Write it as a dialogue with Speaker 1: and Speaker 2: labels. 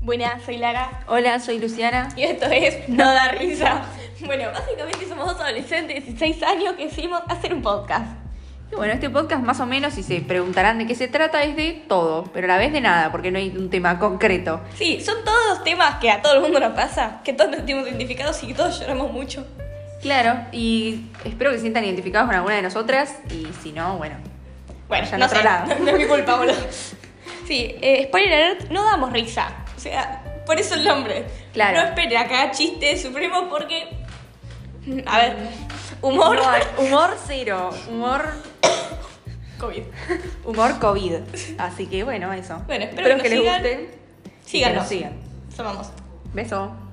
Speaker 1: Buenas, soy Lara.
Speaker 2: Hola, soy Luciana.
Speaker 1: Y esto es No da risa. Bueno, básicamente somos dos adolescentes de 16 años que decidimos hacer un podcast.
Speaker 2: Y bueno, este podcast más o menos, si se preguntarán de qué se trata, es de todo, pero a la vez de nada, porque no hay un tema concreto.
Speaker 1: Sí, son todos temas que a todo el mundo nos pasa, que todos nos sentimos identificados y que todos lloramos mucho.
Speaker 2: Claro, y espero que se sientan identificados con alguna de nosotras, y si no, bueno,
Speaker 1: Bueno,
Speaker 2: Vayan
Speaker 1: no
Speaker 2: a otro
Speaker 1: sé,
Speaker 2: lado.
Speaker 1: no es mi culpa, boludo. Sí, eh, spoiler alert, no damos risa. O sea, por eso el nombre.
Speaker 2: Claro.
Speaker 1: No esperen acá chiste supremo porque... A ver, humor...
Speaker 2: humor cero, humor,
Speaker 1: COVID.
Speaker 2: humor COVID. Así que bueno, eso.
Speaker 1: Bueno, espero que nos
Speaker 2: les
Speaker 1: sigan.
Speaker 2: guste. y que
Speaker 1: Síganos.
Speaker 2: nos sigan.
Speaker 1: Somos.
Speaker 2: Beso.